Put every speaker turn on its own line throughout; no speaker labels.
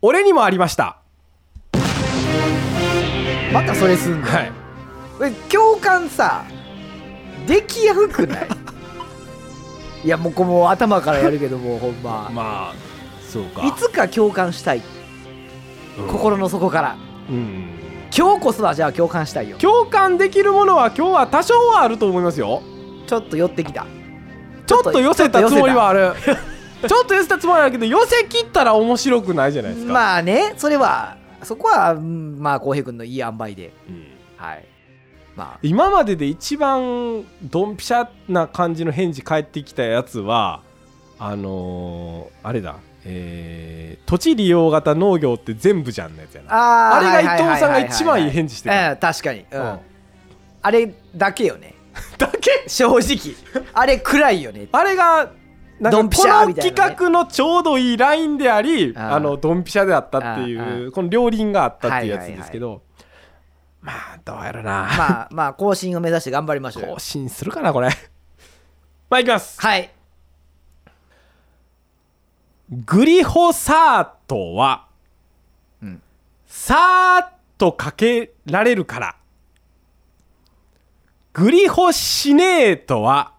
俺にもありました
またそれすんの、
はい
これ共感さできやすくない いやもうこれもう頭からやるけどもうほんま
まあそうか
いつか共感したい
うん
心の底から
うん
今日こそはじゃあ共感したいよ
共感できるものは今日は多少はあると思いますよ
ちょっと寄ってきた
ちょっと寄せたつもりはある ちょっと寄せたつもりはあるけど寄せ切ったら面白くないじゃないですか、
まあねそれはそこはうんまあ浩平君のいい塩梅で
うん
はいまあ
今までで一番ドンピシャな感じの返事返ってきたやつはあのーあれだえー土地利用型農業って全部じゃんのやつやな
あ
あ
ー
れが
は
伊
いはい
藤さんが
はいはいはい
一番いい返事してた、
うん確かに、うん
うん
あれ だけよね
だけ
正直あれ暗いよね
あれがなんか
ドンピシャみ
こ
たいなね
の企画のちょうどいいラインであり
あー
あのドンピシャであったってい
あー
うこの両輪があったっていうやつですけど、まあどうやらな、
まあまあ更新を目指して頑張りましょうよ
更新するかなこれまあいきます
はい
グリホサートは、
うん
さーっとかけられるから。グリホシネートは、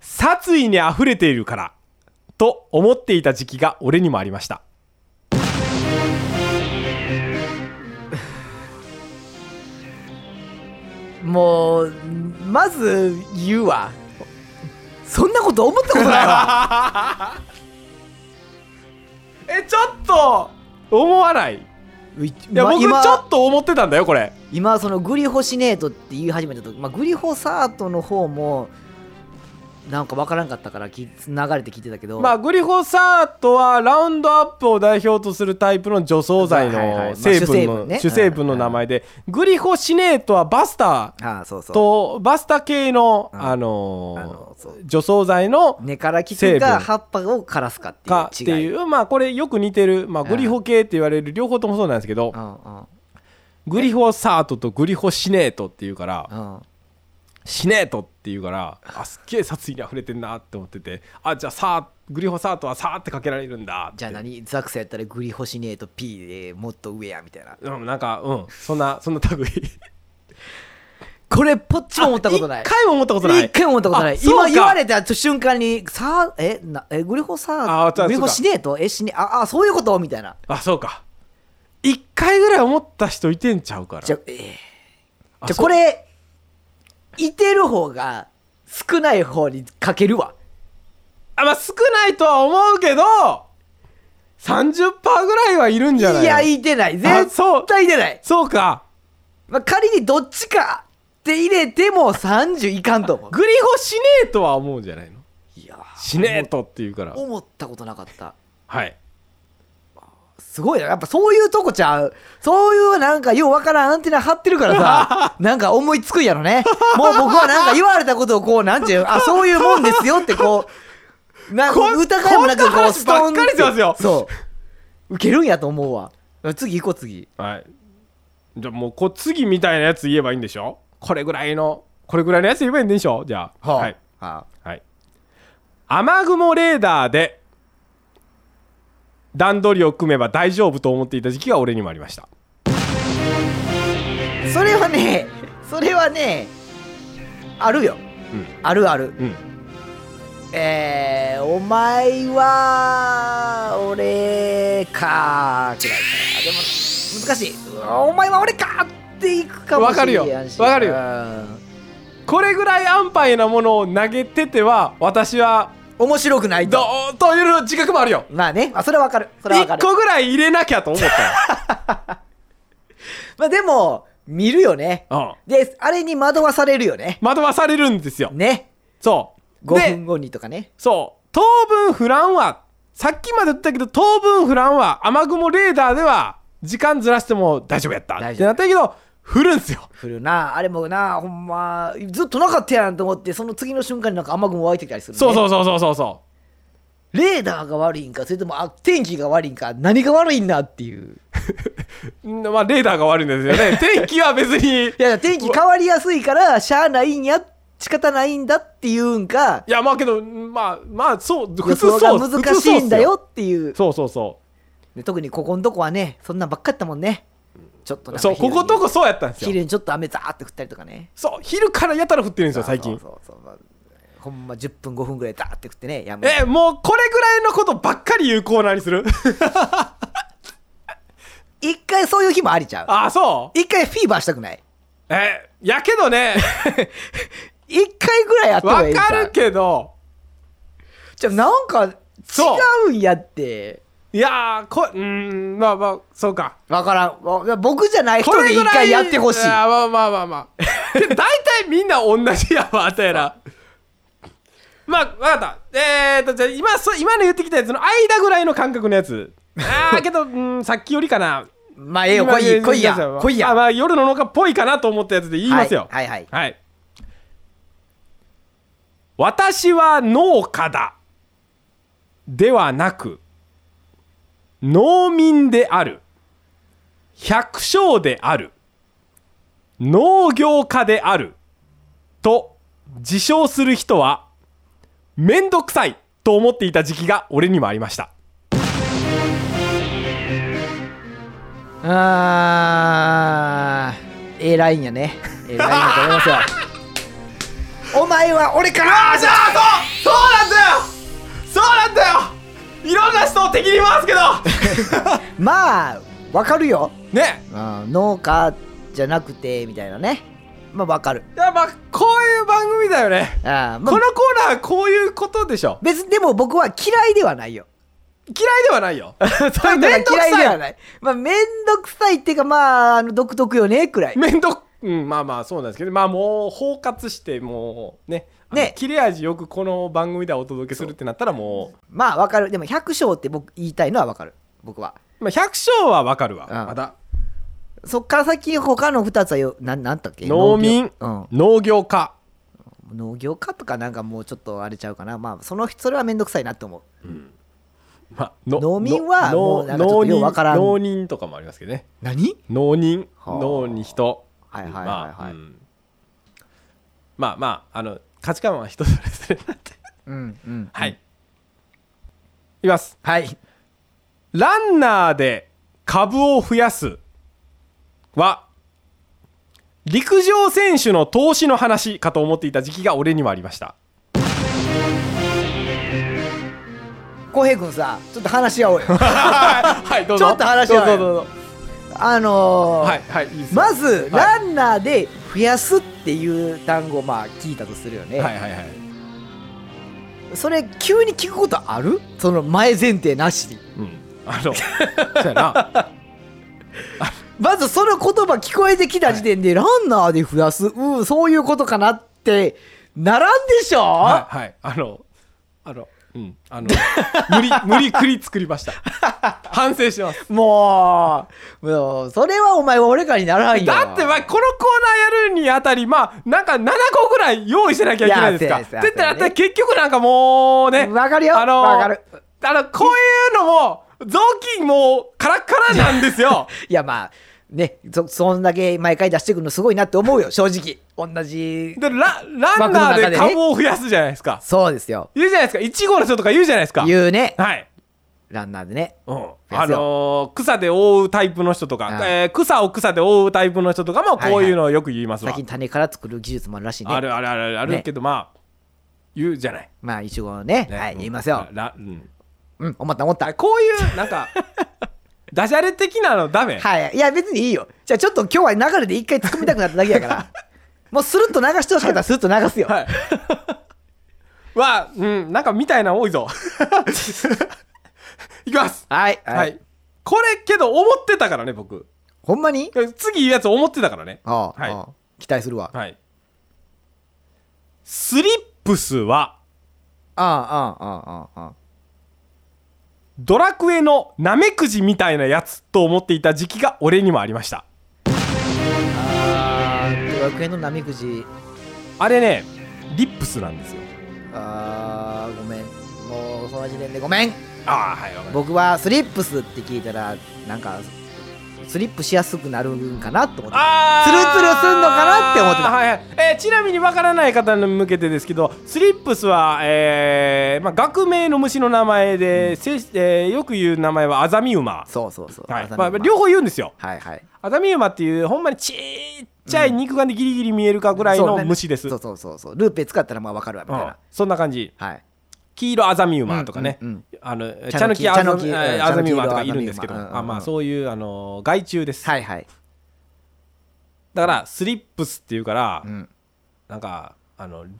殺意に溢れているから、と思っていた時期が俺にもありました。
もうまず言うわそんなこと思ったことないわ
え、ちょっと思わないい
い
や、僕ち
今
ょっと思ってたんだよ、これ。
今そのグリホシネートって言い始めた時、まあ、グリホサートの方もなんかわからんかったからき流れて聞いてたけど、
まあ、グリホサートはラウンドアップを代表とするタイプの除草剤
はいはいはい
の成分
まあ主成分
の
ね
主成分の名前でグリホシネートはバスター
ああそうそう
とバスタ系の、
うん
あ
あの
の
そう
ー除草剤の
根から聞
成分
くか葉っぱを枯らすかっていう違い
かっていうまあこれよく似てる、まあ、グリホ系って言われる両方ともそうなんですけど
うんうん
グリホサートとグリホシネートっていうから
うん
シネートっていうからあすっげえ殺意に溢れてんなって思っててあじゃあさグリホサートはさーってかけられるんだって
じゃあ何ザクサやったらグリホシネート P でもっと上やみたいな
うん、なんか、うん、そんな、そんな類。
これぽっちも思ったことない
一回も思ったことない。
一回も思ったことない
あそうか
今言われた瞬間にさあえなえグリホ
あ
サー
そう
ト
か
グリホシネートえシネああそういうことみたいな
あ、そうか。一回ぐらい思った人いてんちゃうから。
じゃあえー
あ
じゃあ
そう
これいてる方が少ない方にかけるわ
あ、まあ、少ないとは思うけど、30%ぐらいはいるん
い
じゃない
やいてない
あ
絶
そう。
対いてない、
そうか。
まあ、仮にどっちかって入れても30いかんと思う
グリホシネートは思うんじゃないの
いやー
シネートっていうから。
思ったことなかった
はい。
すごいなやっぱそういうとこちゃうそういうなんかようわからんアンテナ張ってるか らさなんか思いつくんやろねもう僕はなんか言われたことをこうなんていうあそういうもんですよってこうなん
こ
か疑いもなく
こんな
こう
話
ストン
ばっかりしてますよ
そう受けるんやと思うわ次行こう次
はい。じゃあもう、こう、次みたいなやつ言えばいいんでしょこれぐらいの、これぐらいのやつ言えばいいんでしょじゃあ。はい。
は
はい、雨雲レーダーで段取りを組めば大丈夫と思っていた時期が俺にもありました
あそれはねそれはねあるよ
う
あるある
んうん
えー、お前は俺かーくらいかなでも難しいうわお前は俺かーっていくかもしれん
わかるよわかるよ
よ
これぐらい安牌なものを投げてては私は
面白くない
ど
と
うという自覚もあるよ
まあねあそれはわかるそれはわか
1
る
個ぐらい入れなきゃと思った
まあでも見るよね
よ、
であれに惑わされるよね
うん、惑わされるんですよ
ね
そう
5分
で
後にとかね
そう当分フランはさっきまで言ったけど当分フランは雨雲レーダーでは時間ずらしても大丈夫やったってなったけど降るんすよ
降るなあれもなほんまずっとなかったやんと思ってその次の瞬間になんか雨雲湧いてきたりする、ね、
そうそうそうそうそうそう
レーダーが悪いんかそれともあ天気が悪いんか何が悪いんだっていうん
まあ、レーダーが悪いんですよ ね。天気は別に。い
いや天気変わりやすいからしゃあないんや仕方ないんだっていうんか
や、まあけど、まあ、まあ、そう、普
予
通そ
想
う。
が難しいん
普通そ
だ
うっ
よっていう
すよ。そうそうそ
で特にここんとこはねそんなんばっかやったもんねちょっとなんか
そうこことこそうやったんですよ
昼にちょっと雨ザーって降ったりとかね
そう昼からやたら降ってるんですよ最近
そうそうそうまあほんま10分5分ぐらいザーって降ってねやむ
えもうこれぐらいのことばっかり言うコーナーにす る
一回そういう日もありちゃう
ああそう
一回フィーバーしたくない
えやけど ね
一回ぐらいあった方
わ
がいいんちゃ
か
う
るけど
じゃあなんか違うんやって
いやーこうーんまあまあそうか
わからんわ僕じゃない
こ
人
れ
で
ぐ
一
らい
回やってほしい
やまあまあまあまあ けど大体みんな同じやわあたやらまあ分かったえー、とじゃあ今そ今の言ってきたやつの間ぐらいの感覚のやつああけ どうんさっきよりかな
まあええよ来い
今
来いや
言うてました
来いや
あまあ夜の農家っぽいかなと思ったやつで言いますよ
はいはいはい
はい、私は農家だではなく農民である百姓である農業家であると自称する人はめんどくさいと思っていた時期が俺にもありました
あーええラインやねええラインだと思い ますよお前は俺か
あ
ら
あじゃあそうそうなんだよそうなんだよいろんな人を敵に回すけど
まあわかるよ、
ね
うん、農家じゃなくてみたいなねまあわかる
いやまあこういう番組だよね、
あー、まあ
このコーナーはこういうことでしょ
別にでも僕は嫌いではないよ
嫌いではない よそれ
だから
めんどく
嫌いで
さ
はいないまあめんどくさいっていうかまああの独特よねくらい
めんどくうんまあまあそうなんですけどまあもう包括してもうねあの
ね
切れ味よくこの番組ではお届けするってなったらも
まあわかるでも百姓って僕言いたいのはわかる僕は
う、まあ、百姓はわかるわ、
うん
まだ
そっから先他の2つはよなんなんだっけ
農民
農業,、
農業家
うん、農業家とかなんかもうちょっとあれちゃうかなまあそのそれはめんどくさいなって思う
まあの
農民は
の
もうなんかちょっとようわからん
農人とかもありますけどね
何
農人
はあ
農に人
はいはいはい
まあ
はい
うんまあまああの価値観は人それぞれなんで
うんうん
はい。いきます。
はい
ランナーで株を増やすは、陸上選手の投資の話かと思っていた時期が俺にもありました。
浩平君さちょっと話し合お うよ
はい、どうぞ。
ちょっと話し
ど
合
う
うよ
ぞどうぞ。
あのー
はい、はい、いいですよ
まず、
い
ランナーで増やすっていう単語まあ聞いたとするよね、
はいはいはい。
それ急に聞くことあるその前前提なしに
うん。 あの、そうやな。
まずその言葉聞こえてきた時点で、ランナーで増やすうんそういうことかなってならんでしょ、
はいはい。あの、あの、うん。あの、無理、無理くり作りま した。反省してます。
もうもうそれはお前は俺からにならんよ
だってまあこのコーナーやるにあたりまあなんか7個ぐらい用意しなきゃいけないですか
いやそうや
って
そうや
なったら結局なんかもうね
わかるよ
あの
わかる
あのこういうのも雑巾もうカラッカラなんです よ
いやまあねそそんだけ毎回出してくるのすごいなって思うよ正直同じ
でラランナ
枠の中
ー
で
で
ね
株を増やすじゃないですか
そうですよ
言うじゃないですか1号の人とか言うじゃないですか
言うね
はい
ランナーでね
うん、
や
あ
つよ
のー草で覆うタイプの人とか、
うん
えー草を草で覆うタイプの人とかもこういうのをよく言いますわ、
最近種から作る技術もあるらしいね
あるあるあるあるけど、まあ言うじゃない、
まあ一応ね
ね
はい
うん
言いますよ、
ラうん
うん、思った思った
こういうなんかダジャレ的なのダメ、
はい。いや、別にいいよ。じゃあちょっと今日は流れで一回突っ込みたくなっただけ やから。もうスルッと流してほしかったらスルッと流すよ。
はい わうんなんかみたいなの多いぞ いきます
はい。
はい、これけど思ってたからね僕
ほんまに
次言うやつ思ってたからね
ああ、
はい
ああ期待するわ。あ
はいスリップスは
あ、ああ、ああ、ああ。
ドラクエのナメクジみたいなやつと思っていた時期が俺にもありました
ああ、ドラクエのナメクジ。
あれねリップスなんですよ
ああ、ごめん。もうその時点でごめん。
ああはいわかりまし
僕はスリップスって聞いたら、なんか、スリップしやすくなるんかなと思って
あー
ツルツルすんのかなって思ってた
はいはいえーちなみにわからない方に向けてですけどスリップスは、えーまあ、学名の虫の名前で、せえーよく言う名前はアザミウマ、
そうそうそう、
はい
頭
まあ、
に
両方言うんですよ
はいはい
アザミウマっていうほんまにちっちゃい肉眼でギリギリ見えるかぐらい
そう
の
ね
虫です、
そうそうそうそうルーペ使ったらまあわかるわみ
う
たい
ん
な、、
そんな感じ
はい
黄色アザミウマとかね、
うんうんうん
あの
キ
茶の木
茶
アザ
の
ミ
木
えー
茶
ア
の木
ザミウマとかいるんですけど、
色アザミウマうんうんうん
あまあ、そういう、あのー害虫です、
はいはい、
だからスリップスっていうから、
うん、
なんかあのリ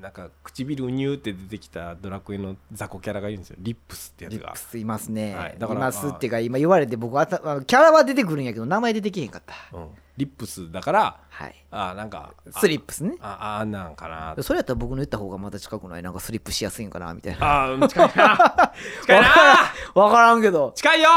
なんか唇うにゅうって出てきたドラクエの雑魚キャラがいるんですよリップスってやつ
リッ
が
プスいますね、
はい
い、
だから
ますっていうか今言われて僕はたあのキャラは出てくるんやけど名前出てきへんかった
うんリップスだから
はい
あなんかあ
スリップスね
あああんなんかな
それやったら僕の言った方がまた近くないなんかスリップしやすいんかなみたいな
あー近いな近いな
わからん わからんけど
近いよ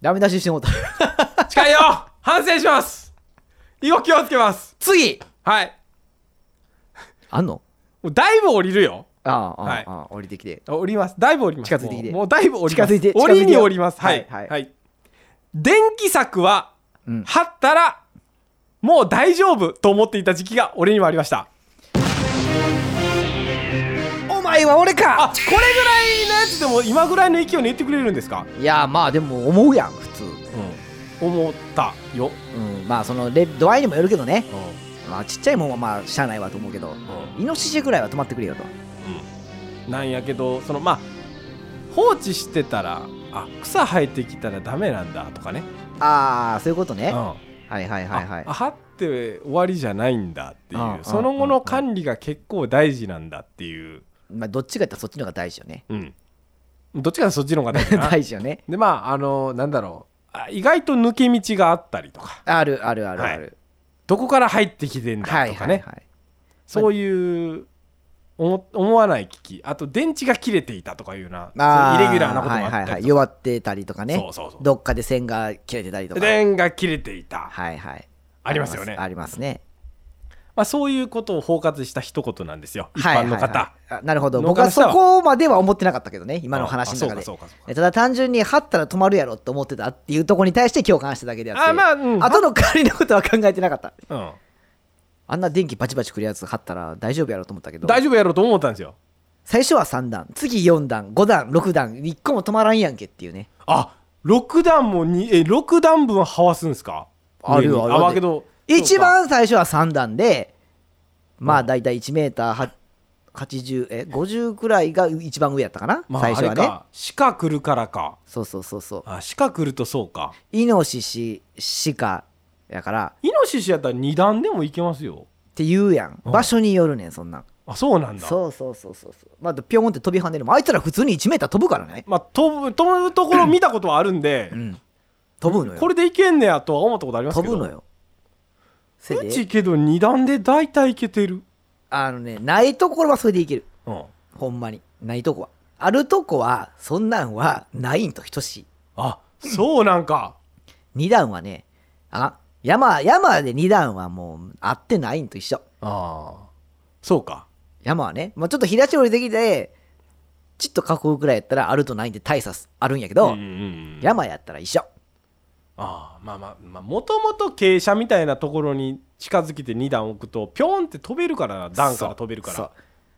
ダメ出ししてもうた
近いよ反省します以後気をつけます
次
はい
あんの
もうだいぶ降りるよ
ああああ、
はい
ああ降りてきて
降りますだいぶ降ります
近づいてきて
もうもうだいぶ降ります
近づいて近
降
づいて
りに降りますはいは、
はいい
電気柵は
うん
張ったらもう大丈夫と思っていた時期が俺にはありました
お前は俺
あ
か
これぐらいのやつでも今ぐらいの勢いで言ってくれるんですか、
いやまあでも思うやん普通
思ったよ、
うんまあそのレ度合いにもよるけどねまあちっちゃいもんはまあしゃあないわと思うけどイノシシぐらいは止まってくれよと
なんやけどそのまあ放置してたらあ草生えてきたらダメなんだとかね、
ああそういうことね、
うん、
は
はい
はいはいはい
張って終わりじゃないんだっていう
うん
その後の管理が結構大事なんだっていう、
まあどっちかやったらそっちの方が大事よね
うん、どっちかというとそっちの方が大事かな
大事よね
でまああのなんだろうあ意外と抜け道があったりとか
あるあるあるある、
どこから入ってきてんだとか
は
ね、
い、はいはい
そういう思思わない危機あと電池が切れていたとかいうな
あ
そう
ー
イレギュラーなこともあったり
はい
と
はい
か
はい、弱ってたりとかね
そうそうそう
どっかで線が切れてたりとか
電が切れていた、
はいはい
ありますよね
ありますね
まあ、そういうことを包括した一言なんですよ一
はいは
般
い
の
はい
方、
あなるほど
農
僕
家の
は
人
そ
は
こまでは思ってなかったけどね今の話の中
あ
で
そうかそうかそうか
えただ単純に張ったら止まるやろって思ってたっていうところに対して共感しただけであって
あまあうん
後の代わりのことは考えてなかった
うん
あんな電気バチバチくるやつ張ったら大丈夫やろうと思ったけど
大丈夫やろうと思ったんですよ
最初は3段次4段5段6段1個も止まらんやんけっていうね
あ六6段もにえ六段分はわすんですか
ある
上に
よあるよ
あまあけど
一
そうか
番最初は3段でまあ大体1メーター80え50くらいが一番上やったかな、
まあ、
最初
あ
は
れ
ね
か鹿来るからか
そうそうそうそう
あ鹿来るとそうか
イノシシシカやから
イノシシやったら二段でもいけますよ
って言うやん
うん
場所によるねんそんなん
あそうなんだ
そうそうそうそうそうまあピョンって飛び跳ねるもんあいつら普通に1メーター飛ぶからね
まあ飛ぶ飛ぶところ見たことはあるんで、
うん飛ぶのよ
これでいけんねやとは思ったことありますけ
飛
ど
ぶのよせ
う
で
ちけど二段で大体いけてる、
あのねないところはそれでいける
うん、
ほんまにないとこはあるとこはそんなんはないんと等しい
あそうなんか
2段はねあ山山で2段はもう合ってないんと一緒
ああそうか
山はね、まあ、ちょっと平地降りてきてちっと囲うくらいやったらあるとないんで大差あるんやけど、
んうん
山やったら一緒
ああまあまあまあもともと傾斜みたいなところに近づけて二段置くとピョンって飛べるからな段から飛べるか
そ
ら
う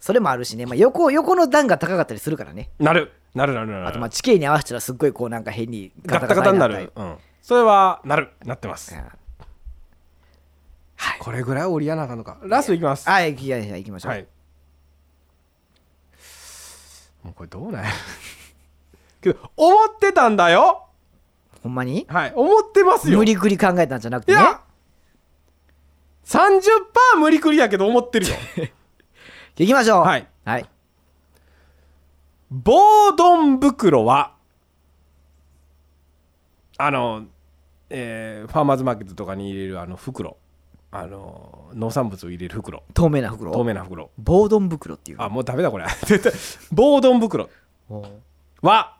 それもあるしね、まあ、横横の段が高かったりするからね
なるなるなるなる
あとまあ地形に合わせたらすっごいこうなんか変に
ガッタガタにな
ガタ
る
ガ、
うん、それはなるなってます
タになったり
これぐらい折りやなあかんのかラストいきます
うんあいやいや行きましょう、
はいもうこれどうなんやけど思ってたんだよ
ほんまに
はい思ってますよ
無理くり考えたんじゃなく
い
てね
や、30%無理くりやけど思ってるよ
行きましょう
はい、
はい、
防丼袋はあの、えーファーマーズマーケットとかに入れるあの袋あの農産物を入れる袋
透明な袋
透明な袋
ボードン袋っていう
あもうダメだこれ 絶対防丼袋
おう
は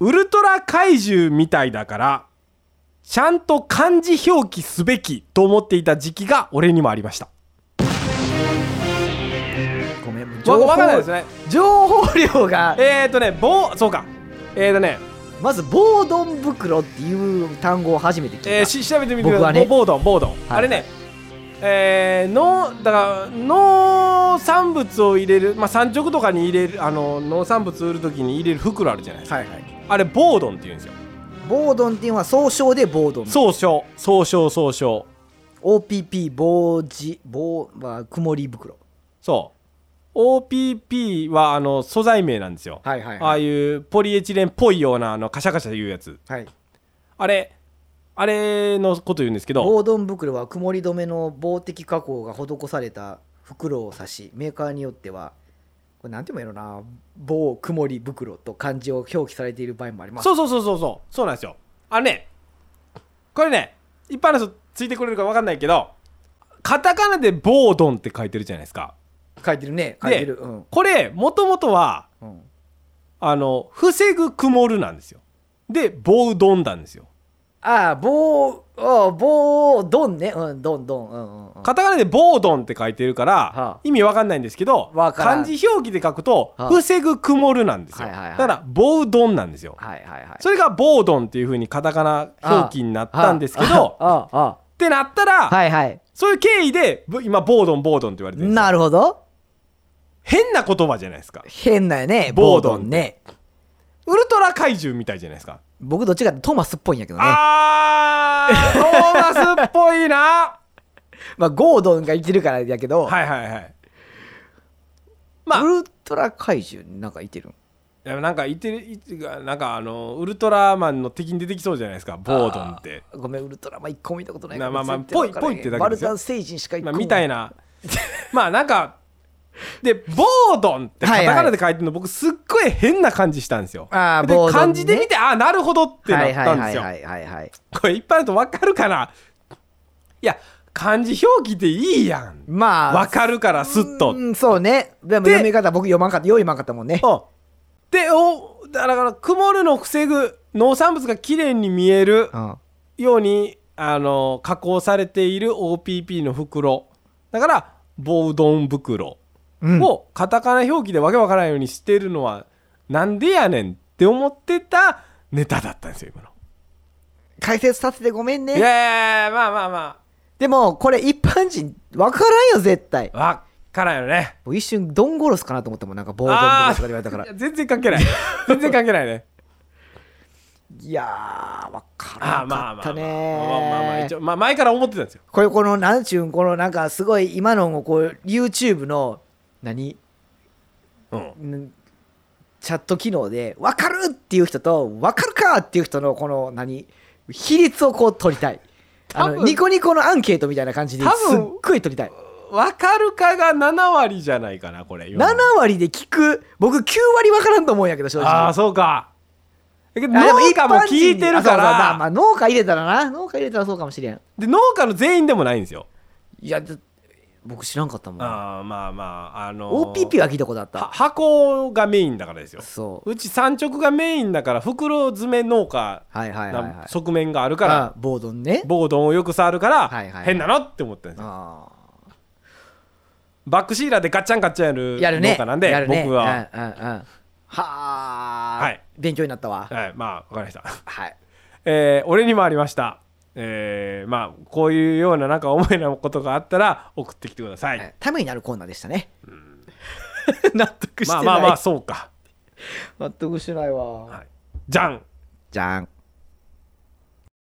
ウルトラ怪獣みたいだからちゃんと漢字表記すべきと思っていた時期が俺にもありました
ごめん
わわかんないですね
情報量が
えー、とね、棒、そうか。えー、とね、
まずボードン袋っていう単語を初めて聞いた、
えー、し調べてみてください、
僕はね
ボボードンボードン、あれねえー、農だから農産物を入れる、まあ、産直とかに入れるあの農産物売る時に入れる袋あるじゃないですか、
はいはい
あれボードンって言うんですよ
ボードンっていうのは総称でボードン
総称総称総称
OPP 棒じ棒は曇り袋
そう OPP はあの素材名なんですよ、
はいはいはい
ああいうポリエチレンっぽいようなあのカシャカシャいうやつ
はい
あれあれのこと言うんですけど
ボードン袋は曇り止めの棒的加工が施された袋を指しメーカーによってはこれなんていうのやろな棒曇り袋と漢字を表記されている場合もあります
そうそうそうそうそうそうなんですよあのねこれね一般の人ついてくれるか分かんないけどカタカナでボードンって書いてるじゃないですか
書いてるね書い
で
てるうん、
これもともとは
うん、
あの防ぐ曇るなんですよでボードンなんですよ
ああ棒ああ棒ドンねうんドンドンうんうんうん
カタカナでボードンって書いてるから、
あ
意味わかんないんですけど
わからん
漢字表記で書くと、
はあ
防ぐ曇るなんですよ、
はいはいはい
だからボードンなんですよ、
はいはいはい
それがボードンっていう風にカタカナ表記になったんですけどっ
あああ
てなった
あ
ら、
はいはい
そういう経緯でぶ今ボードンボードンって言われてるんですよ
なるほど
変な言葉じゃないですか
変なよね
ボ
ボ
ー
ー
ド
ド
ン
ンね
ウルトラ怪獣みたいじゃないですか、
僕どっちかってトマスっぽいんやけどね
あートーマスっぽ いな
まあゴードンがいてるからやけど、
はいはいはいまあ
ウルトラ怪獣なんかいてるん
でもなんか言ってる言ってるなんかあのウルトラマンの敵に出てきそうじゃないですかボードンって
ごめんウルトラマン一個も見たことない
な
から
まあまあ
全然わから
ぽ
へん
いぽいってだけ
バ
で
ル
すよ
ザン星人しか一個
まあ、
も
みたい なまあなんかでボードンってカタカナで書いてるの僕すっごい変な感じしたんですよ。
あー
で
ボードンね
漢字で見てああなるほどってなったんですよ
は。いはいはいはいはい
これ一般の人分かるかないや漢字表記でいいやん。
まあ
分かるからすっと。
うんそうねでも
で
読み方僕読まんかったよう読まんかったもんね
うんでおだから曇るのを防ぐ農産物がきれいに見える
うん
ようにあの加工されている OPP の袋だからボードン袋。
うん
をカタカナ表記でわけわからないようにしてるのはなんでやねんって思ってたネタだったんですよ今の。
解説させてごめん
い
ね
やいやいやまあまあま
でもこれ一般人わからんよ絶対
あわっからんよね。
もう一瞬ドンゴロスかなと思ったもんなんかボードンゴロスとかで言われたから
あー全然関係ない全然関係ないね。
いやーわから
あー
ん
まあまあ
かっ
ま
た
あまあ
ね
まあまあ一応まあ前から思ってたんですよ。
これこのなんちゅうんこのなんかすごい今のこう YouTube の何
うん、
んチャット機能で分かるっていう人と分かるかっていう人のこの何比率をこう取りたいあ
多
の
分
ニコニコのアンケートみたいな感じで
多
すっ
分
ごい取りたい
わかるかが7割じゃないかなこれ。今
7割で聞く僕9割分からんと思うんやけど正直
ああそうか。だけど
あでも
農家も
一般人に
聞いてるか
あそうそうまあま
ら
あ農家入れたらな農家入れたらそうかもしれん
で農家の全員でもないんですよ。
いやだ僕知らんかったもん
あーまあまああのー
OPP は聞いたことあ
は
った
箱がメインだからですよ
そう
うち産直がメインだから袋詰め農家
はいはいはいは
ない側面があるから、
あボードンね
ボードンをよく触るから、
はいはいはい
変なのって思ったんですよ
あ
バックシーラーでガッチャンガッチャンやる
ーやるね
農家なんで、
やるね
僕は、
うんうんうんはあ、
はい
勉強になったわ
はい、まあわかりました、
はい
えー俺にもありましたえーまあこういうようななんか思いなことがあったら送ってきてください、
はいためになるコーナーでしたね納得して
ま
な
あ
い
まあまあそうか、
納得してないわ
はい、じゃん
じゃん